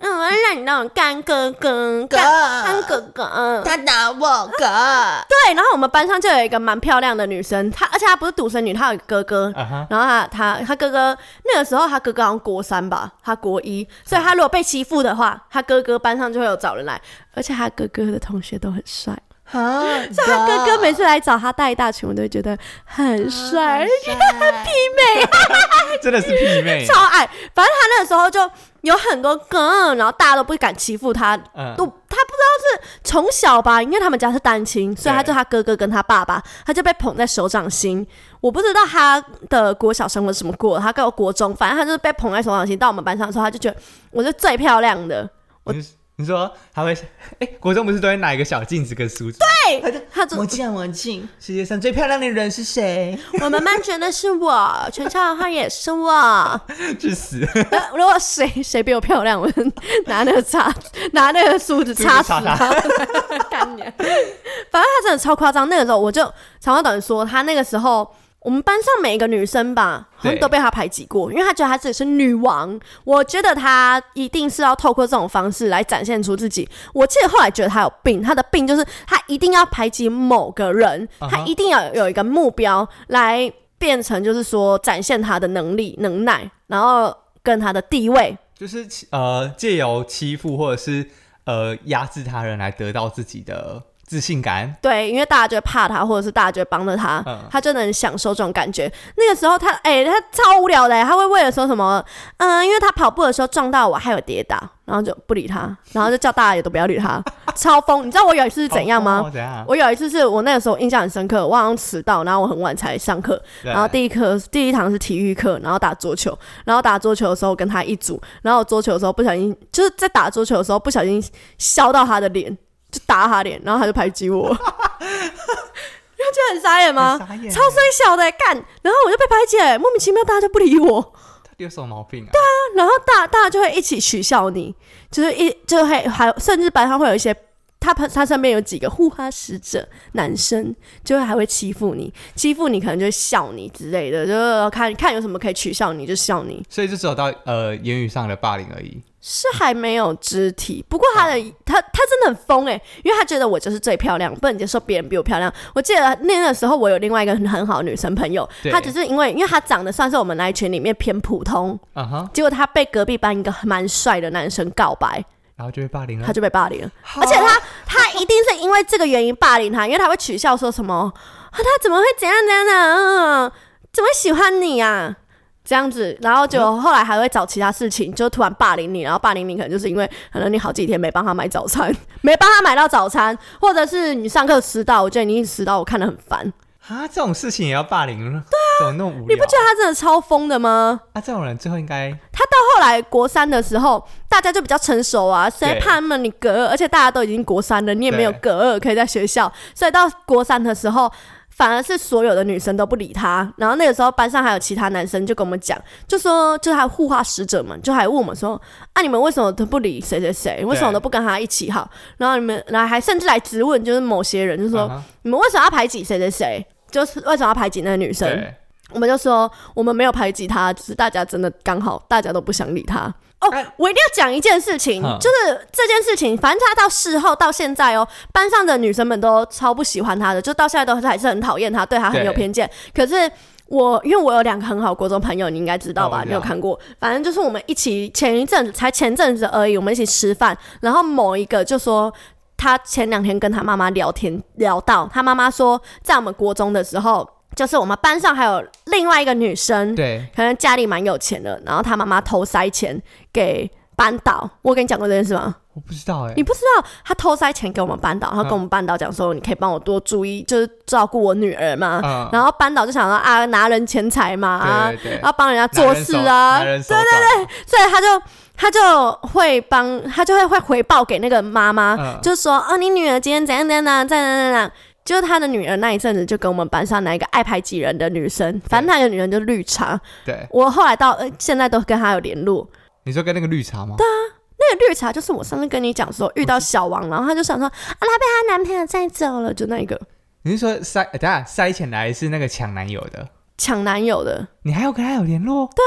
嗯，我要让你那种干哥哥，哥干干哥哥。他打我哥。对，然后我们班上就有一个蛮漂亮的女生，她而且她不是独生女，她有一个哥哥。嗯哼，然后她她她哥哥那个时候她哥哥好像国三吧，她国一，所以她如果被欺负的话，她哥哥班上就会有找人来，而且她哥哥的同学都很帅，啊，所以她哥哥每次来找她带一大群，我都会觉得很帅，啊真的是媲妹。超矮。反正她那个时候就有很多哥，然后大家都不敢欺负她，嗯都，他不知道是从小吧，因为他们家是单亲，所以他就他哥哥跟他爸爸，他就被捧在手掌心。我不知道他的国小生活是什么过，他到国中，反正他就是被捧在手掌心。到我们班上的时候，他就觉得我是最漂亮的。你是你说他会，哎，国中不是都会拿一个小镜子跟梳子？哎、他就我见我镜，世界上最漂亮的人是谁？我们班觉得是我，全校的话也是我。去死！呃如果谁谁比我漂亮，我就拿那个擦，拿那个梳子擦死他。 干你！啊反正他真的超夸张。那个时候我就常常等人说，他那个时候我们班上每一个女生吧，好像对都被他排挤过，因为他觉得他自己是女王。我觉得他一定是要透过这种方式来展现出自己。我记得后来觉得他有病，他的病就是他一定要排挤某个人，啊哈他一定要有一个目标来变成，就是说展现他的能力、能耐，然后跟他的地位。就是欺呃，借由欺负或者是呃压制他人来得到自己的自信感。对，因为大家就会怕他，或者是大家就会帮着他，嗯他就能享受这种感觉。那个时候他，哎、他超无聊的、他会为了说什么，嗯，因为他跑步的时候撞到我，还有跌倒，然后就不理他，然后就叫大家也都不要理他，超疯。你知道我有一次是怎样好吗？哦怎样？我有一次是我那个时候印象很深刻，我好像迟到，然后我很晚才上课，对然后第一课第一堂是体育课，然后打桌球，然后打桌球的时候跟他一组，然后我桌球的时候不小心就是在打桌球的时候不小心削到他的脸，就打他脸，然后他就排挤我，你不觉得很傻眼吗？很傻眼啊超生小的、干，然后我就被排挤、莫名其妙大家就不理我，有什么毛病啊？对啊，然后大大家就会一起取笑你，就是一就会还甚至班上会有一些他旁他身边有几个护花使者男生，就会还会欺负你，欺负你可能就会笑你之类的，就是看看有什么可以取笑你就笑你，所以就只有到呃言语上的霸凌而已。是还没有肢体，不过他的、他他真的很疯诶、因为他觉得我就是最漂亮，不能接受别人比我漂亮。我记得那个时候我有另外一个很很好的女生朋友，对她只是因为因为她长得算是我们那一群里面偏普通，嗯哼，结果她被隔壁班一个蛮帅的男生告白，然后就被霸凌了她。就被霸凌哦了。而且她她一定是因为这个原因霸凌他，因为他会取笑说什么啊他怎么会怎样怎样怎样，嗯怎么会喜欢你啊？这样子，然后就后来还会找其他事情，就突然霸凌你，然后霸凌你可能就是因为可能你好几天没帮他买早餐， 没帮他买到早餐，或者是你上课迟到，我觉得你一直迟到，我看得很烦。啊，这种事情也要霸凌了？对啊，怎么那么无你聊？不觉得他真的超疯的吗？啊，这种人最后应该后来国三的时候，大家就比较成熟啊，谁对怕那么你隔二？而且大家都已经国三了，你也没有对隔二可以在学校，所以到国三的时候。反而是所有的女生都不理他，然后那个时候班上还有其他男生就跟我们讲，就说就是他护花使者们就还问我们说啊你们为什么都不理谁谁谁，为什么都不跟他一起好？然后你们然后还甚至来质问，就是某些人就说、啊哈你们为什么要排挤谁谁谁？就是为什么要排挤那个女生？对。我们就说我们没有排挤他，只是大家真的刚好大家都不想理他。哦哎，我一定要讲一件事情，嗯就是这件事情，反正他到事后到现在哦，班上的女生们都超不喜欢他的，就到现在都还是很讨厌他，对他很有对偏见。可是我因为我有两个很好的国中朋友，你应该知道哦吧？我知道你有看过？反正就是我们一起前一阵子才前阵子而已，我们一起吃饭，然后某一个就说。他前两天跟他妈妈聊天，聊到他妈妈说，在我们国中的时候，就是我们班上还有另外一个女生，对，可能家里蛮有钱的，然后她妈妈偷塞钱给班导。我跟你讲过这件事吗？我不知道哎、你不知道他偷塞钱给我们班导，然后跟我们班导讲说，你可以帮我多注意，就是照顾我女儿嘛。嗯然后班导就想说啊，拿人钱财嘛，啊对，对对，要帮人家做事啊男，人手，对对对，所以他就他就会帮他就会会回报给那个妈妈，嗯就说啊，你女儿今天怎样怎样怎样怎样怎样。就是他的女儿那一阵子就跟我们班上那一个爱排挤人的女生，反正那个女人就绿茶。对，我后来到、呃、现在都跟她有联络，你说跟那个绿茶吗？啊对，那个绿茶就是我上次跟你讲说遇到小王，然后她就想说啊，她被她男朋友载走了，就那个你是说塞？呃等一下塞钱来是那个抢男友的，抢男友的，你还有跟他有联络？对，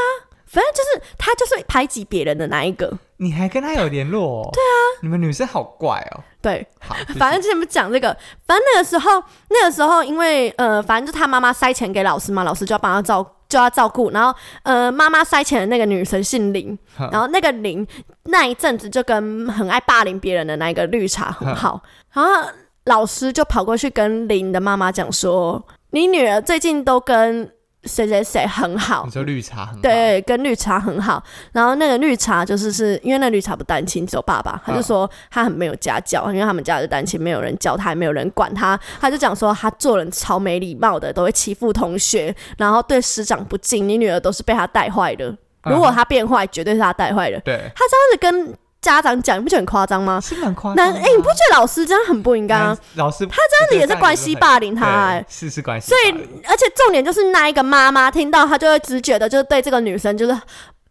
反正就是她就是排挤别人的那一个。你还跟他有联络、哦？对啊，你们女生好怪哦。对，好，继续反正之前不讲这个，反正那个时候，那个时候因为呃，反正就他妈妈塞钱给老师嘛，老师就要帮他照就要照顾，然后呃，妈妈塞钱的那个女生姓林，哼然后那个林那一阵子就跟很爱霸凌别人的那一个绿茶很好，然后老师就跑过去跟林的妈妈讲说，你女儿最近都跟谁谁谁很好你。说绿茶很好，哦对，跟绿茶很好。然后那个绿茶就是是因为那绿茶不单亲，只有爸爸，他就嗯说他很没有家教，因为他们家是单亲，没有人教他，也没有人管他。他就讲说他做人超没礼貌的，都会欺负同学，然后对师长不敬。你女儿都是被他带坏的，嗯，如果他变坏，绝对是他带坏的。对啊但是跟家长讲，你不觉得很夸张吗？是蛮夸那张哎、的啊。你不觉得老啊师这样很不应该吗？男老师他这这样子也是关系霸凌凌他哎、是是关系所霸以凌，，而且重点就是那一个妈妈听到，她就会只觉得就是对这个女生就是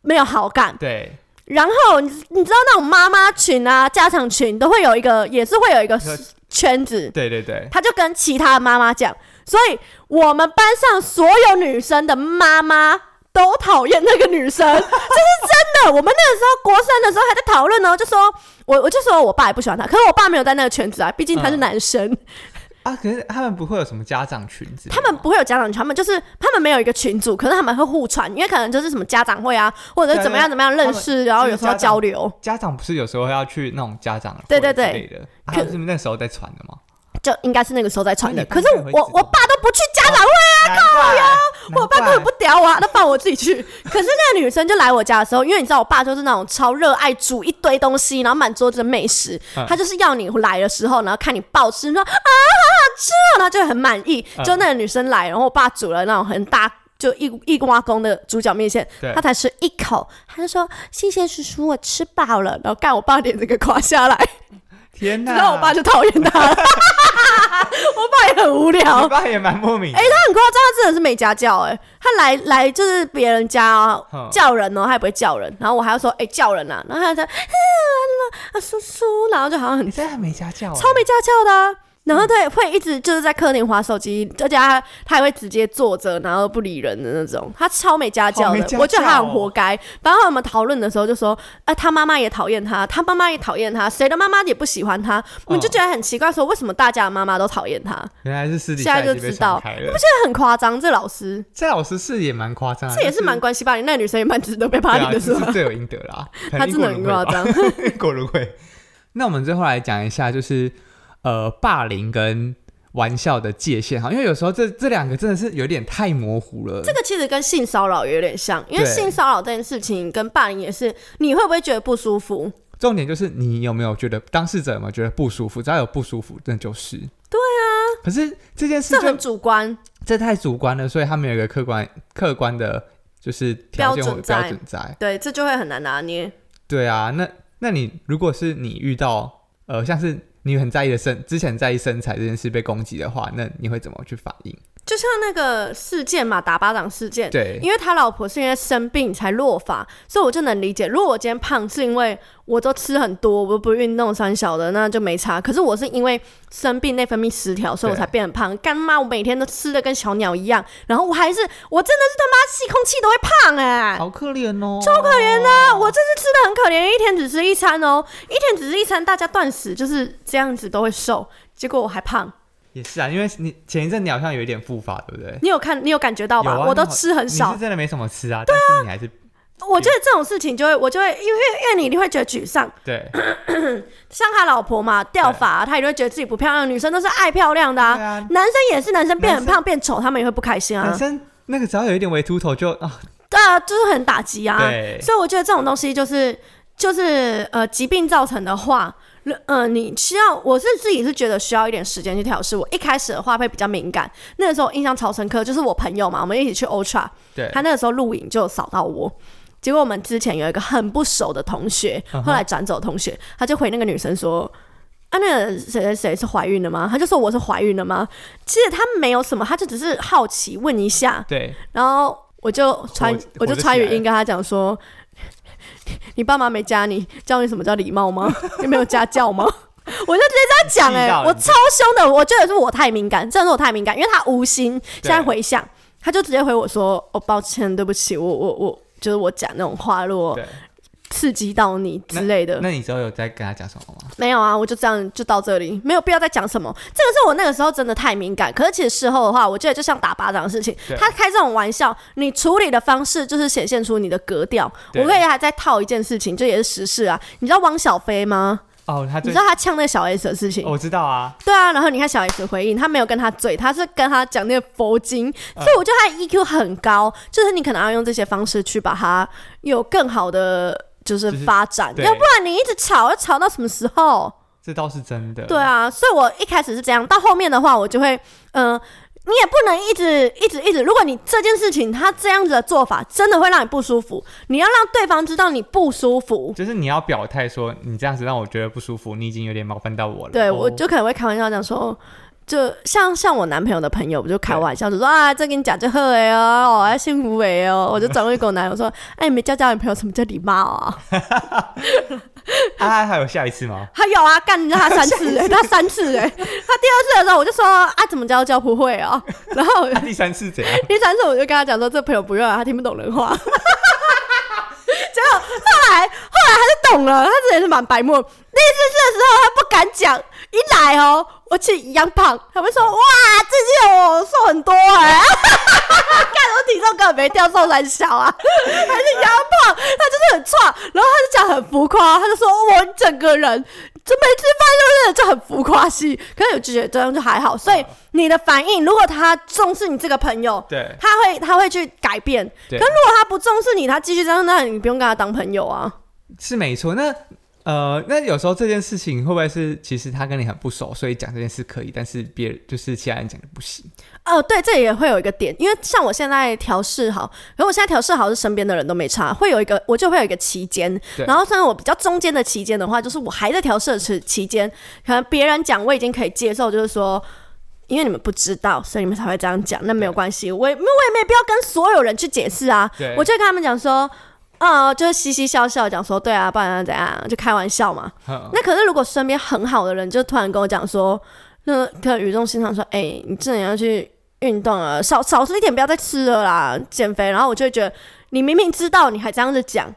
没有好感。对，然后你你知道那种妈妈群啊、家长群都会有一个，也是会有一个你说圈子，对对对，她就跟其他的妈妈讲，所以我们班上所有女生的妈妈。都讨厌那个女生，这是真的。我们那个时候国三的时候还在讨论哦呢，就说我我就说我爸也不喜欢她，可是我爸没有在那个圈子啊，毕竟他是嗯男生。啊，可是他们不会有什么家长群之类他的吗，们不会有家长群，他们就是他们没有一个群组，可是他们会互传，因为可能就是什么家长会啊，或者是怎么样怎么样认识，然后有时候交流，家长不是有时候要去那种家长会对对之对类的，啊可他们是不是那时候在传的吗？就应该是那个时候在传的。所可以是你爸我会我爸都不去家长会，啊靠呀！我爸根本不屌我、啊，他放我自己去。 可是那个女生就来我家的时候，因为你知道我爸就是那种超热爱煮一堆东西，然后满桌子的美食，嗯他就是要你来的时候，然后看你暴吃，你说啊好好吃哦，然后就很满意。嗯就那个女生来，然后我爸煮了那种很大。就一一挖工的猪脚面线，对他才吃一口，他就说：“谢谢叔叔，我吃饱了。”然后干我爸脸整个垮下来，天哪！然后我爸就讨厌他了。我爸也很无聊你。爸也蛮莫名的。哎他很夸张，他真的是没家教哎、他来来就是别人家哦、哼叫人哦、他也不会叫人，然后我还要说哎、叫人啊，然后他就啊叔叔，然后就好像很你真的没家教欸，超没家教的、啊。然后他也会一直就是在客厅划手机，而且他他还会直接坐着，然后不理人的那种，他超没家教好没的。家教哦我觉得他很活该。反正我们讨论的时候就说，啊，他妈妈也讨厌他，他妈妈也讨厌他，谁的妈妈也不喜欢他，我们就觉得很奇怪，说为什么大家的妈妈都讨厌他？原来是私底现下在就已经被知道传开了。这很夸张，这老师这老师是也蛮夸张的，这也是但蛮关系霸凌，那个女生也蛮值得被霸对凌啊，的是这吧？是罪有应得啦。可他能真因的果很轮回夸吧，张， 因果轮回。那我们最后来讲一下，就是呃，霸凌跟玩笑的界限哈，因为有时候这这两个真的是有点太模糊了。这个其实跟性骚扰有点像，因为对性骚扰这件事情跟霸凌也是，你会不会觉得不舒服？重点就是你有没有觉得当事者有没有觉得不舒服？只要有不舒服，那就是。对啊。可是这件事这就很主观，这太主观了，所以他们有一个客观客观的，就是条件标或准者在标准在。对，这就会很难拿捏。对啊，那那你如果是你遇到呃，像是你很在意的身之前在意身材这件事被攻击的话，那你会怎么去反应？就像那个事件嘛，打巴掌事件，对，因为他老婆是因为生病才落发，所以我就能理解。如果我今天胖是因为我都吃很多，我不运动三小的，那就没差。可是我是因为生病内分泌失调，所以我才变很胖。干妈，我每天都吃的跟小鸟一样，然后我还是我真的是他妈吸空气都会胖哎、好可怜哦，超可怜啊，的我真是吃的很可怜，一天只吃一餐哦，一天只吃一餐，大家断食就是这样子都会瘦，结果我还胖。也是啊，因为你前一阵你好像有一点复发，对不对？你有看，你有感觉到吧？有啊我都吃很你少是，真的没什么吃啊，但是你还是我觉得这种事情就会，我就会因为因为你一定会觉得沮丧，对像他老婆嘛，掉发、他也会觉得自己不漂亮。女生都是爱漂亮的啊，对啊男生也是，男生变很男胖变丑，他们也会不开心啊男。生那个只要有一点微秃头就啊，对啊，就是很打击啊。对所以我觉得这种东西就是就是呃疾病造成的话，呃你需要我是自己是觉得需要一点时间去调试。我一开始的话会比较敏感，那个时候我印象超深刻，就是我朋友嘛，我们一起去 Ultra，对他那个时候录影就有扫到我。结果我们之前有一个很不熟的同学，嗯哼后来转走的同学，他就回那个女生说：“啊，那个谁谁谁是怀孕了吗？”他就说：“我是怀孕了吗？”其实他没有什么，他就只是好奇问一下。对，然后我就传火就，我就火就传起语来音跟他讲说：“ 你爸妈没加你，教你什么叫礼貌吗？ 你没有家教吗？” 我就直接这样讲气哎、到我你超凶的，我觉得是我太敏感，真的是我太敏感，因为他无心。现在回想，他就直接回我说：“哦，抱歉，对不起，我我我，就是我讲那种话，如果对。刺激到你之类的。”那你之后有在跟他讲什么吗？没有啊，我就这样就到这里，没有必要再讲什么。这个是我那个时候真的太敏感，可是其实事后的话，我觉得就像打巴掌的事情对，他开这种玩笑，你处理的方式就是显现出你的格调。对我可以还在套一件事情，这也是时事啊。你知道汪小菲吗？哦，他你最知道他呛那个小 S 的事情？我知道啊，对啊，然后你看小 S 回应，他没有跟他嘴，他是跟他讲那个佛经，啊所以我觉得他的 EQ 很高，就是你可能要用这些方式去把它有更好的就是就是发展，对要不然你一直吵，要吵到什么时候？这倒是真的。对啊，所以我一开始是这样，到后面的话，我就会，嗯、你也不能一直一直一直。如果你这件事情他这样子的做法真的会让你不舒服，你要让对方知道你不舒服。就是你要表态说，你这样子让我觉得不舒服，你已经有点冒犯到我了。对，哦我就可能会开玩笑讲说。就像像我男朋友的朋友，我就开玩笑就说啊，这跟你讲就喝哎哦，哎幸福哎哦，我就转过去跟 我男友说，哎、你没教教女朋友什么叫礼貌啊？啊，还有下一次吗？他有啊，干了他三次哎、他三次哎、他第二次的时候我就说啊，怎么教教不会啊？然后我啊，第三次怎样？第三次我就跟他讲说，这朋友不用了，他听不懂人话。结 果后来后来他就懂了，他这也是蛮白目。那一次的时候他不敢讲，一来哦，我去一样胖，他们说哇，最近我瘦很多哎、 欸，看我体重根本没掉，瘦才小啊，还是一样胖，他就是很壮，然后他就讲很浮夸，他就说哦我整个人就没吃饭，就是就很浮夸系。可是我就觉得这样就还好，所以你的反应，如果他重视你这个朋友，对他会他会去改变。可对如果他不重视你，他继续这样，那你不用跟他当朋友啊。是没错。那呃，那有时候这件事情会不会是其实他跟你很不熟，所以讲这件事可以，但是别人就是其他人讲的不行？哦，对，这也会有一个点，因为像我现在调试好，可我现在调试好是身边的人都没差，会有一个我就会有一个期间，对然后像我比较中间的期间的话，就是我还在调试的期期间，可能别人讲我已经可以接受，就是说。因为你们不知道，所以你们才会这样讲。那没有对关系，我也我也没必要跟所有人去解释啊。对，我就跟他们讲说，呃，就是嘻嘻笑笑讲说，对啊，不然怎样，就开玩笑嘛。哼那可是如果身边很好的人就突然跟我讲说，那可能语重心长说，哎、你真的要去运动啊，少少吃一点，不要再吃了啦，减肥。然后我就会觉得，你明明知道，你还这样子讲，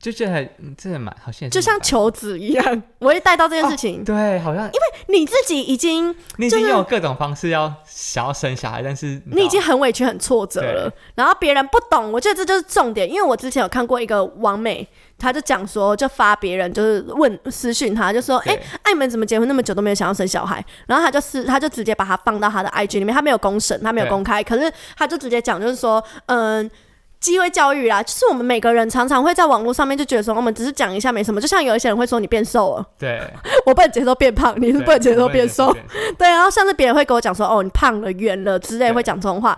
就觉得很嗯真的蛮好像也是就 像蛮求子一样，我会带到这件事情。哦对，好像因为你自己已经，你已经就是有各种方式要想要生小孩，但是你已经很委屈、很挫折了，然后别人不懂，我觉得这就是重点。因为我之前有看过一个网美，她就讲说，就发别人就是问私讯她，就说，哎、哎、哎、你们怎么结婚那么久都没有想要生小孩？然后他就是，他就直接把它放到他的 IG 里面，他没有公审，他没有对公开，可是他就直接讲，就是说，嗯。机会教育啦，就是我们每个人常常会在网络上面就觉得说，我们只是讲一下没什么，就像有一些人会说你变瘦了， 对，我不能接受变胖，你是对不能接受我也变是瘦，变对，然后像是别人会跟我讲说，哦，你胖了、圆了之类，对会讲这种话，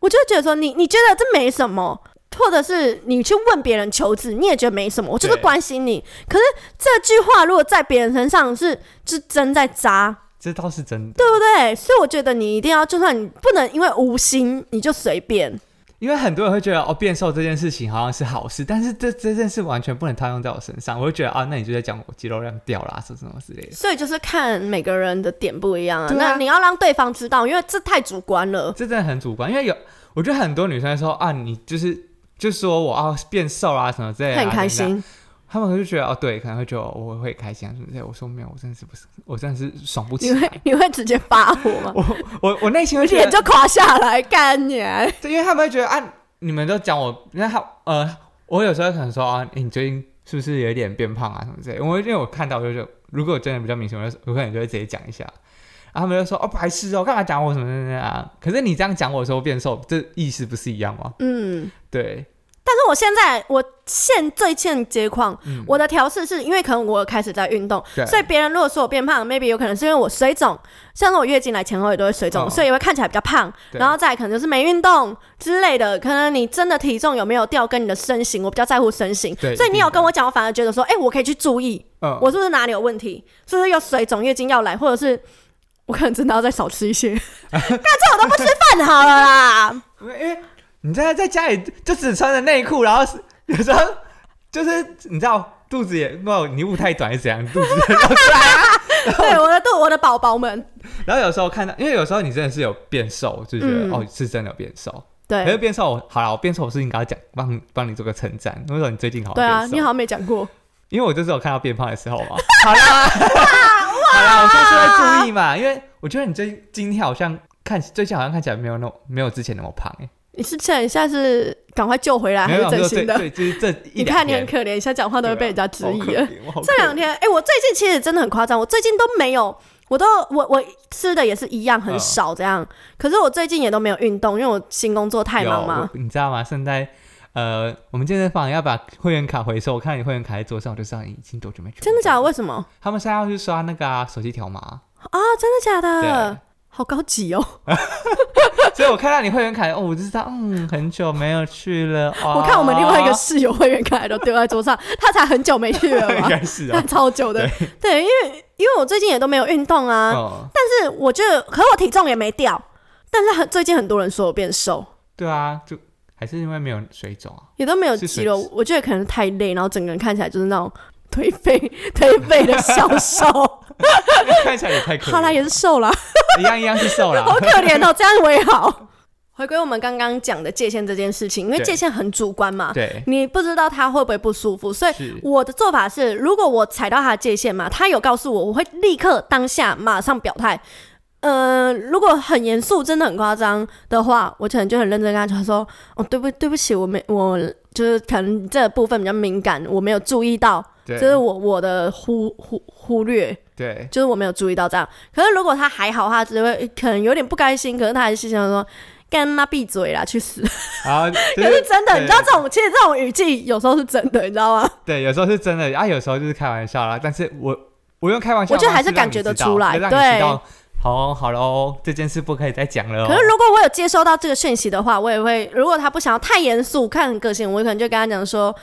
我就会觉得说，你你觉得这没什么，或者是你去问别人求职，你也觉得没什么，我就是对关心你。可是这句话如果在别人身上是是针在扎，这倒是真的。对不对？所以我觉得你一定要，就算你不能因为无心你就随便，因为很多人会觉得哦，变瘦这件事情好像是好事，但是这这件事完全不能套用在我身上，我会觉得啊，那你就在讲我肌肉量掉啦，什么什么之类的，所以就是看每个人的点不一样啊。对啊那你要让对方知道，因为这太主观了。这真的很主观。因为有，我觉得很多女生会说啊，你就是就说我啊变瘦啦什么之类的、啊，很开怎么样，心，他们就觉得哦，对，可能会觉得我会开心啊什么之类的。我说没有，我真的是不是，我真的是爽不起你会 来。你会直接发火吗？我我我内心会觉得脸就垮下来，干你啊！对，因为他们会觉得啊，你们都讲我，那他呃，我有时候可能说啊，你最近是不是有一点变胖啊什么之类的。我因为我看到我就觉得，如果真的比较明显，我就我可能就会直接讲一下。然后他们就说哦，白痴哦，干嘛讲我什么什么什么啊？可是你这样讲我的时候变瘦，这意思不是一样吗？嗯。对，但是我现在我现最现阶况，嗯，我的调试是因为可能我有开始在运动，对所以别人如果说我变胖，maybe 有可能是因为我水肿，像是我月经来前后也都会水肿，哦所以也会看起来比较胖。对然后再来可能就是没运动之类的，可能你真的体重有没有掉跟你的身形，我比较在乎身形，对所以一你定有的跟我讲，我反而觉得说，哎、我可以去注意，嗯我是不是哪里有问题，是不是有水肿、月经要来，或者是我可能真的要再少吃一 些，那这我都不吃饭好了啦。因为因为你在在家里就只穿着内裤，然后是有时候就是你知道肚子也没有你衣服太短是怎样，肚子 也露出来啊。对，我的肚，我的宝宝们，然后有时候看到，因为有时候你真的是有变瘦，就觉得、嗯哦，是真的有变瘦。可是对。变瘦，我好了，我变瘦我是应该要讲，帮帮你做个称赞。为什么你最近好像对啊，变瘦你好，像没讲过，因为我就是有看到变胖的时候 嘛。好啦，好啦，我下次会注意嘛，因为我觉得你最近今天好像看最近好像看起来没有那么没有之前那么胖哎、你是趁一下是赶快救回来，没啊还有是没真有心最的？对，就是这一你看两你很天啊可怜，一下讲话都会被人家质疑了。这这两天，哎、我最近其实真的很夸张，我最近都没有，我都我我吃的也是一样很嗯少这样，可是我最近也都没有运动，因为我新工作太有忙嘛我。你知道吗？现在呃，我们健身房要把会员卡回收，我看你会员卡在桌上，我就知道你已经多久没去。真的假的？？为什么他们现在要去刷那个、啊、手机条码，啊？真的假的对？好高级哦！所以我看到你会员卡，哦，我就知道，嗯，很久没有去了。哦、我看我们另外一个室啊友会员卡都丢在桌上，他才很久没去了 应嘛，该是他 哦。超久的。对，因为因为我最近也都没有运动啊，哦，但是我觉得，可我体重也没掉，但是很最近很多人说我变瘦，对啊，就还是因为没有水肿啊。也都没有是肌谁肉，我觉得可能太累，然后整个人看起来就是那种颓废、颓废的小 瘦。看起来也太可怜了。好啦，也是瘦啦，一样一样是瘦啦。好可怜哦，这样我也好。回归我们刚刚讲的界限这件事情，因为对界限很主观嘛，对，你不知道他会不会不舒服，所以是我的做法是，如果我踩到他的界限嘛，他有告诉我，我会立刻当下马上表态。呃，如果很严肃，真的很夸张的话，我可能就很认真跟他讲说：“哦，对不对不起，我没我就是可能这部分比较敏感，我没有注意到，对，这是我我的忽忽忽略，对，就是我没有注意到这样。可是如果他还好，他只会可能有点不开心，可是他还是想说。干他闭嘴啦，去 死！然后就可是真的，对你知道这种其实这种语气有时候是真的，你知道吗？对，有时候是真的啊，有时候就是开玩笑啦。但是我我用开玩笑我的觉得方还式是感让你觉知道，得出来就让你对知道好好喽，这件事不可以再讲了哦。可是如果我有接收到这个讯息的话，我也会，如果他不想要太严肃，看很个性，我可能就跟他讲说，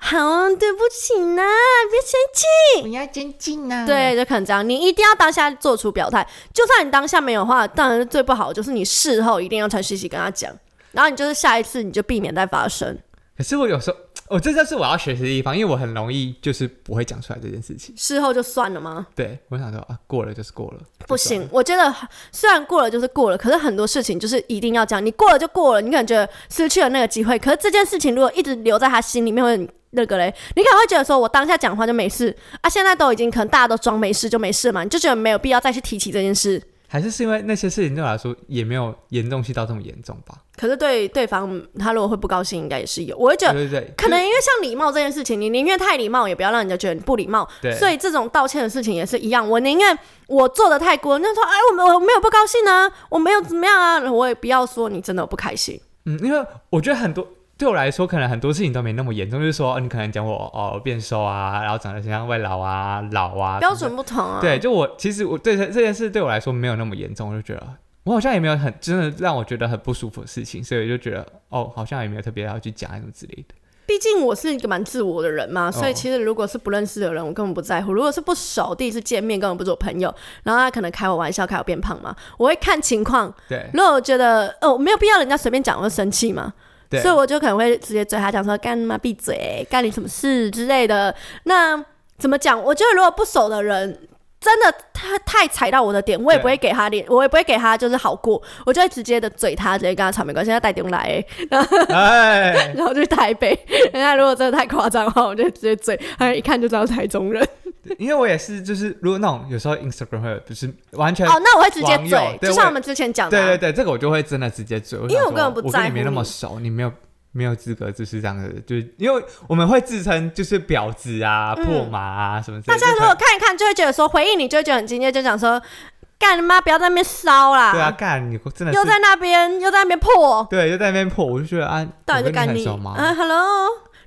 好，啊对不起呢，别生气。不要真进啊！对，就可能这样，你一定要当下做出表态，就算你当下没有的话，当然是最不好的就是你事后一定要传讯息跟他讲，然后你就是下一次你就避免再发生。可是我有时候，我这就是我要学习的地方，因为我很容易就是不会讲出来这件事情。事后就算了吗？对，我想说啊，过了就是过了，不行，我觉得虽然过了就是过了，可是很多事情就是一定要这样，你过了就过了，你可能觉得失去了那个机会，可是这件事情如果一直留在他心里面会很那个嘞，你可能会觉得说我当下讲话就没事啊，现在都已经可能大家都装没事就没事嘛，你就觉得没有必要再去提起这件事。还是是因为那些事情对我来说也没有严重性到这么严重吧？可是对对方他如果会不高兴，应该也是有，我会觉得对对对，可能因为像礼貌这件事情，你宁愿太礼貌，也不要让人家觉得你不礼貌。对所以这种道歉的事情也是一样，我宁愿我做的太过，那说哎，我没有我没有不高兴啊，我没有怎么样啊，我也不要说你真的不开心。嗯，因为我觉得很多对我来说，可能很多事情都没那么严重，就是说、哦你可能讲我哦变瘦啊，然后长得像外老啊、老啊，标什准么不同啊，的。对，就我其实我对这这件事对我来说没有那么严重，我就觉得我好像也没有很真的让我觉得很不舒服的事情，所以我就觉得哦，好像也没有特别要去讲什么之类的。毕竟我是一个蛮自我的人嘛，哦所以其实如果是不认识的人，我根本不在乎；如果是不熟，第一次见面根本不是我朋友，然后他可能开我玩笑，开我变胖嘛，我会看情况。 对如果我觉得哦没有必要人家随便讲，我会生气嘛。对，所以我就可能会直接追他讲说干嘛闭嘴，干你什么事之类的。那怎么讲？我觉得如果不熟的人。真的他太踩到我的点，我也对不会给他脸，我也不会给他就是好过，我就会直接的嘴他，直接跟他吵没关系，他带点来、哎，然后去台北。人 家如果真的太夸张的话，我就直接嘴，他一看就知道是台中人。因为我也是，就是如果那种有时候 Instagram 会有，就是完全、哦，那我会直接网友嘴，对就像我我们之前讲的、对啊，对对，这个我就会真的直接追，因因为我根本不在我跟乎你没那么你熟，你没有没有资格就是这样的，就是因为我们会自称就是婊子啊、嗯破马啊什么之大类的。家就如可果看一看，就会觉得说回应你，就会觉得很惊艳，就讲说干你妈，不要在那边骚啦，对啊，干你真的是又在那边又在那边破。对，又在那边破，我就觉得啊，到底我是跟干很你？熟吗？嗯，Hello，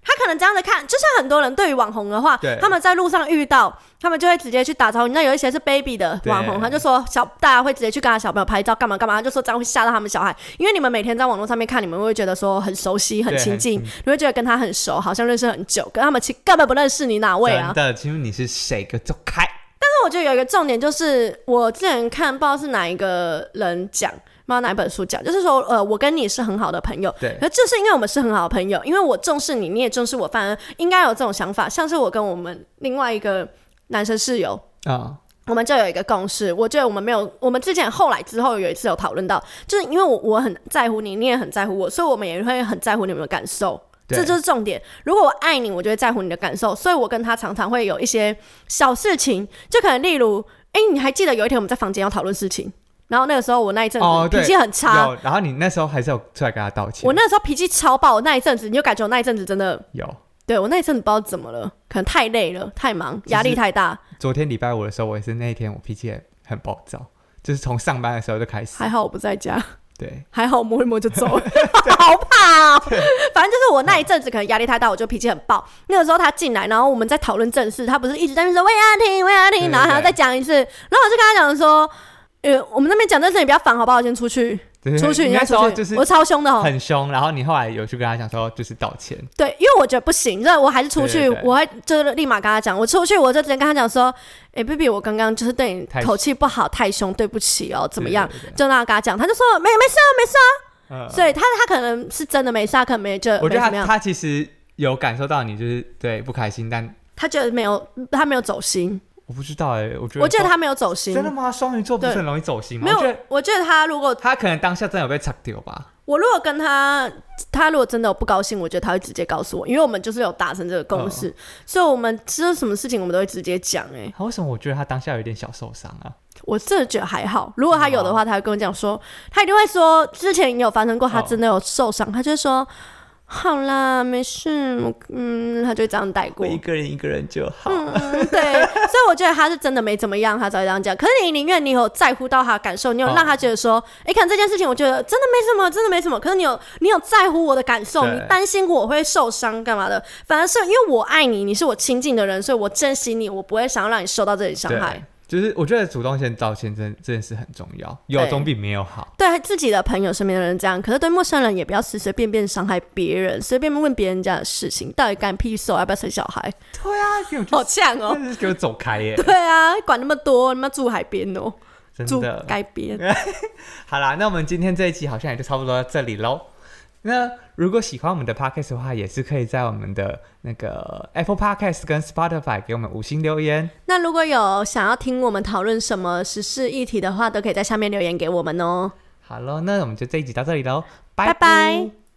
他可能这样子看，就像很多人对于网红的话对，他们在路上遇到，他们就会直接去打招呼。那有一些是 baby 的对网红，他就说小大家会直接去跟他小朋友拍照，干嘛干嘛，他就说这样会吓到他们小孩，因为你们每天在网络上面看，你们会觉得说很熟悉、很对亲很近，亲你会觉得跟他很熟，好像认识很久，跟他们其根本不认识你哪位啊真？的，请问你是谁？给我走开！那我觉得有一个重点就是，我之前看不知道是哪一个人讲，不知道哪一本书讲，就是说，呃，我跟你是很好的朋友，对可就是因为我们是很好的朋友，因为我重视你，你也重视我，反而应该有这种想法。像是我跟我们另外一个男生室友，啊、我们就有一个共识，我觉得我们没有，我们之前后来之后有一次有讨论到，就是因为我我很在乎你，你也很在乎我，所以我们也会很在乎你们的感受。对这就是重点。如果我爱你，我就会在乎你的感受，所以我跟他常常会有一些小事情，就可能例如，哎，你还记得有一天我们在房间要讨论事情，然后那个时候我那一阵哦子对脾气很差，有，然后你那时候还是有出来跟他道歉，我那时候脾气超爆，我那一阵子你就感觉我那一阵子真的，有。对我那一阵子不知道怎么了，可能太累了，太忙，压力太大，昨天礼拜五的时候，我也是那一天我脾气也很暴躁，就是从上班的时候就开始还，好我不在家。对还好摸一摸就走 了， 好怕哦。反正就是我那一阵子可能压力太大，我就脾气很嗯爆。那个时候他进来，然后我们在讨论正事，他不是一直在那边说“喂阿婷，喂阿对婷”，对然后还要嗯对再讲一次。然后我就跟他讲说：“呃，我们那边讲正事，你不要烦好不好？我先出去，对，出去，你你那再时候出就是去。”我超凶的哦。很凶，然后你后来有去跟他讲说就是道歉，对，因为我觉得不行，这我还是出去，对对对我会就是立马跟他讲，我出去我就直接跟他讲说：“哎、b a b y 我刚刚就是对你太口气不好，太凶，对不起哦，怎么样对？”对对就那样跟他讲，他就说：“没没事啊，没事啊。”嗯所以他他可能是真的没事，他可能没觉得我没觉怎么得他样。他其实有感受到你就是对不开心，但他觉得没有，他没有走心。我不知道哎、我觉得我觉得他没有走心，真的吗？双鱼座不是很容易走心吗？没有我觉得。我觉得他如果他可能当下真的有被擦掉吧，我如果跟他，他如果真的有不高兴，我觉得他会直接告诉我，因为我们就是有达成这个共识，嗯所以我们知道什么事情我们都会直接讲。哎，他为什么我觉得他当下有点小受伤啊？我真的觉得还好。如果他有的话，他会跟我讲说，他一定会说之前也有发生过，他哦真的有受伤，他就会说。好啦，没事，我嗯，他就这样带我过。一个人一个人就好。嗯，对，所以我觉得他是真的没怎么样，他才会这样讲。可是你宁愿你有在乎到他的感受，你有哦让他觉得说，诶，看这件事情，我觉得真的没什么，真的没什么。可是你有你有在乎我的感受，对你担心我会受伤干嘛的？反而是因为我爱你，你是我亲近的人，所以我珍惜你，我不会想要让你受到这些伤害对。，就是我觉得主动先道歉这这件事很重要，有对总比没有好。对自己的朋友、身边的人这样，可是对陌生人也不要随随便便伤害别人，随便问别人家的事情，到底干屁事哦？要不要生小孩？对啊，给我 就好呛哦！真的是给我走 开耶！对啊，管那么多，你妈住海边哦，真住的。街边。好啦，那我们今天这一期好像也就差不多到这里喽。那如果喜欢我们的 podcast 的话，也是可以在我们的那个 Apple Podcast 跟 Spotify 给我们五星留言。那如果有想要听我们讨论什么时事议题的话，都可以在下面留言给我们哦。好喽，那我们就这一集到这里喽，拜拜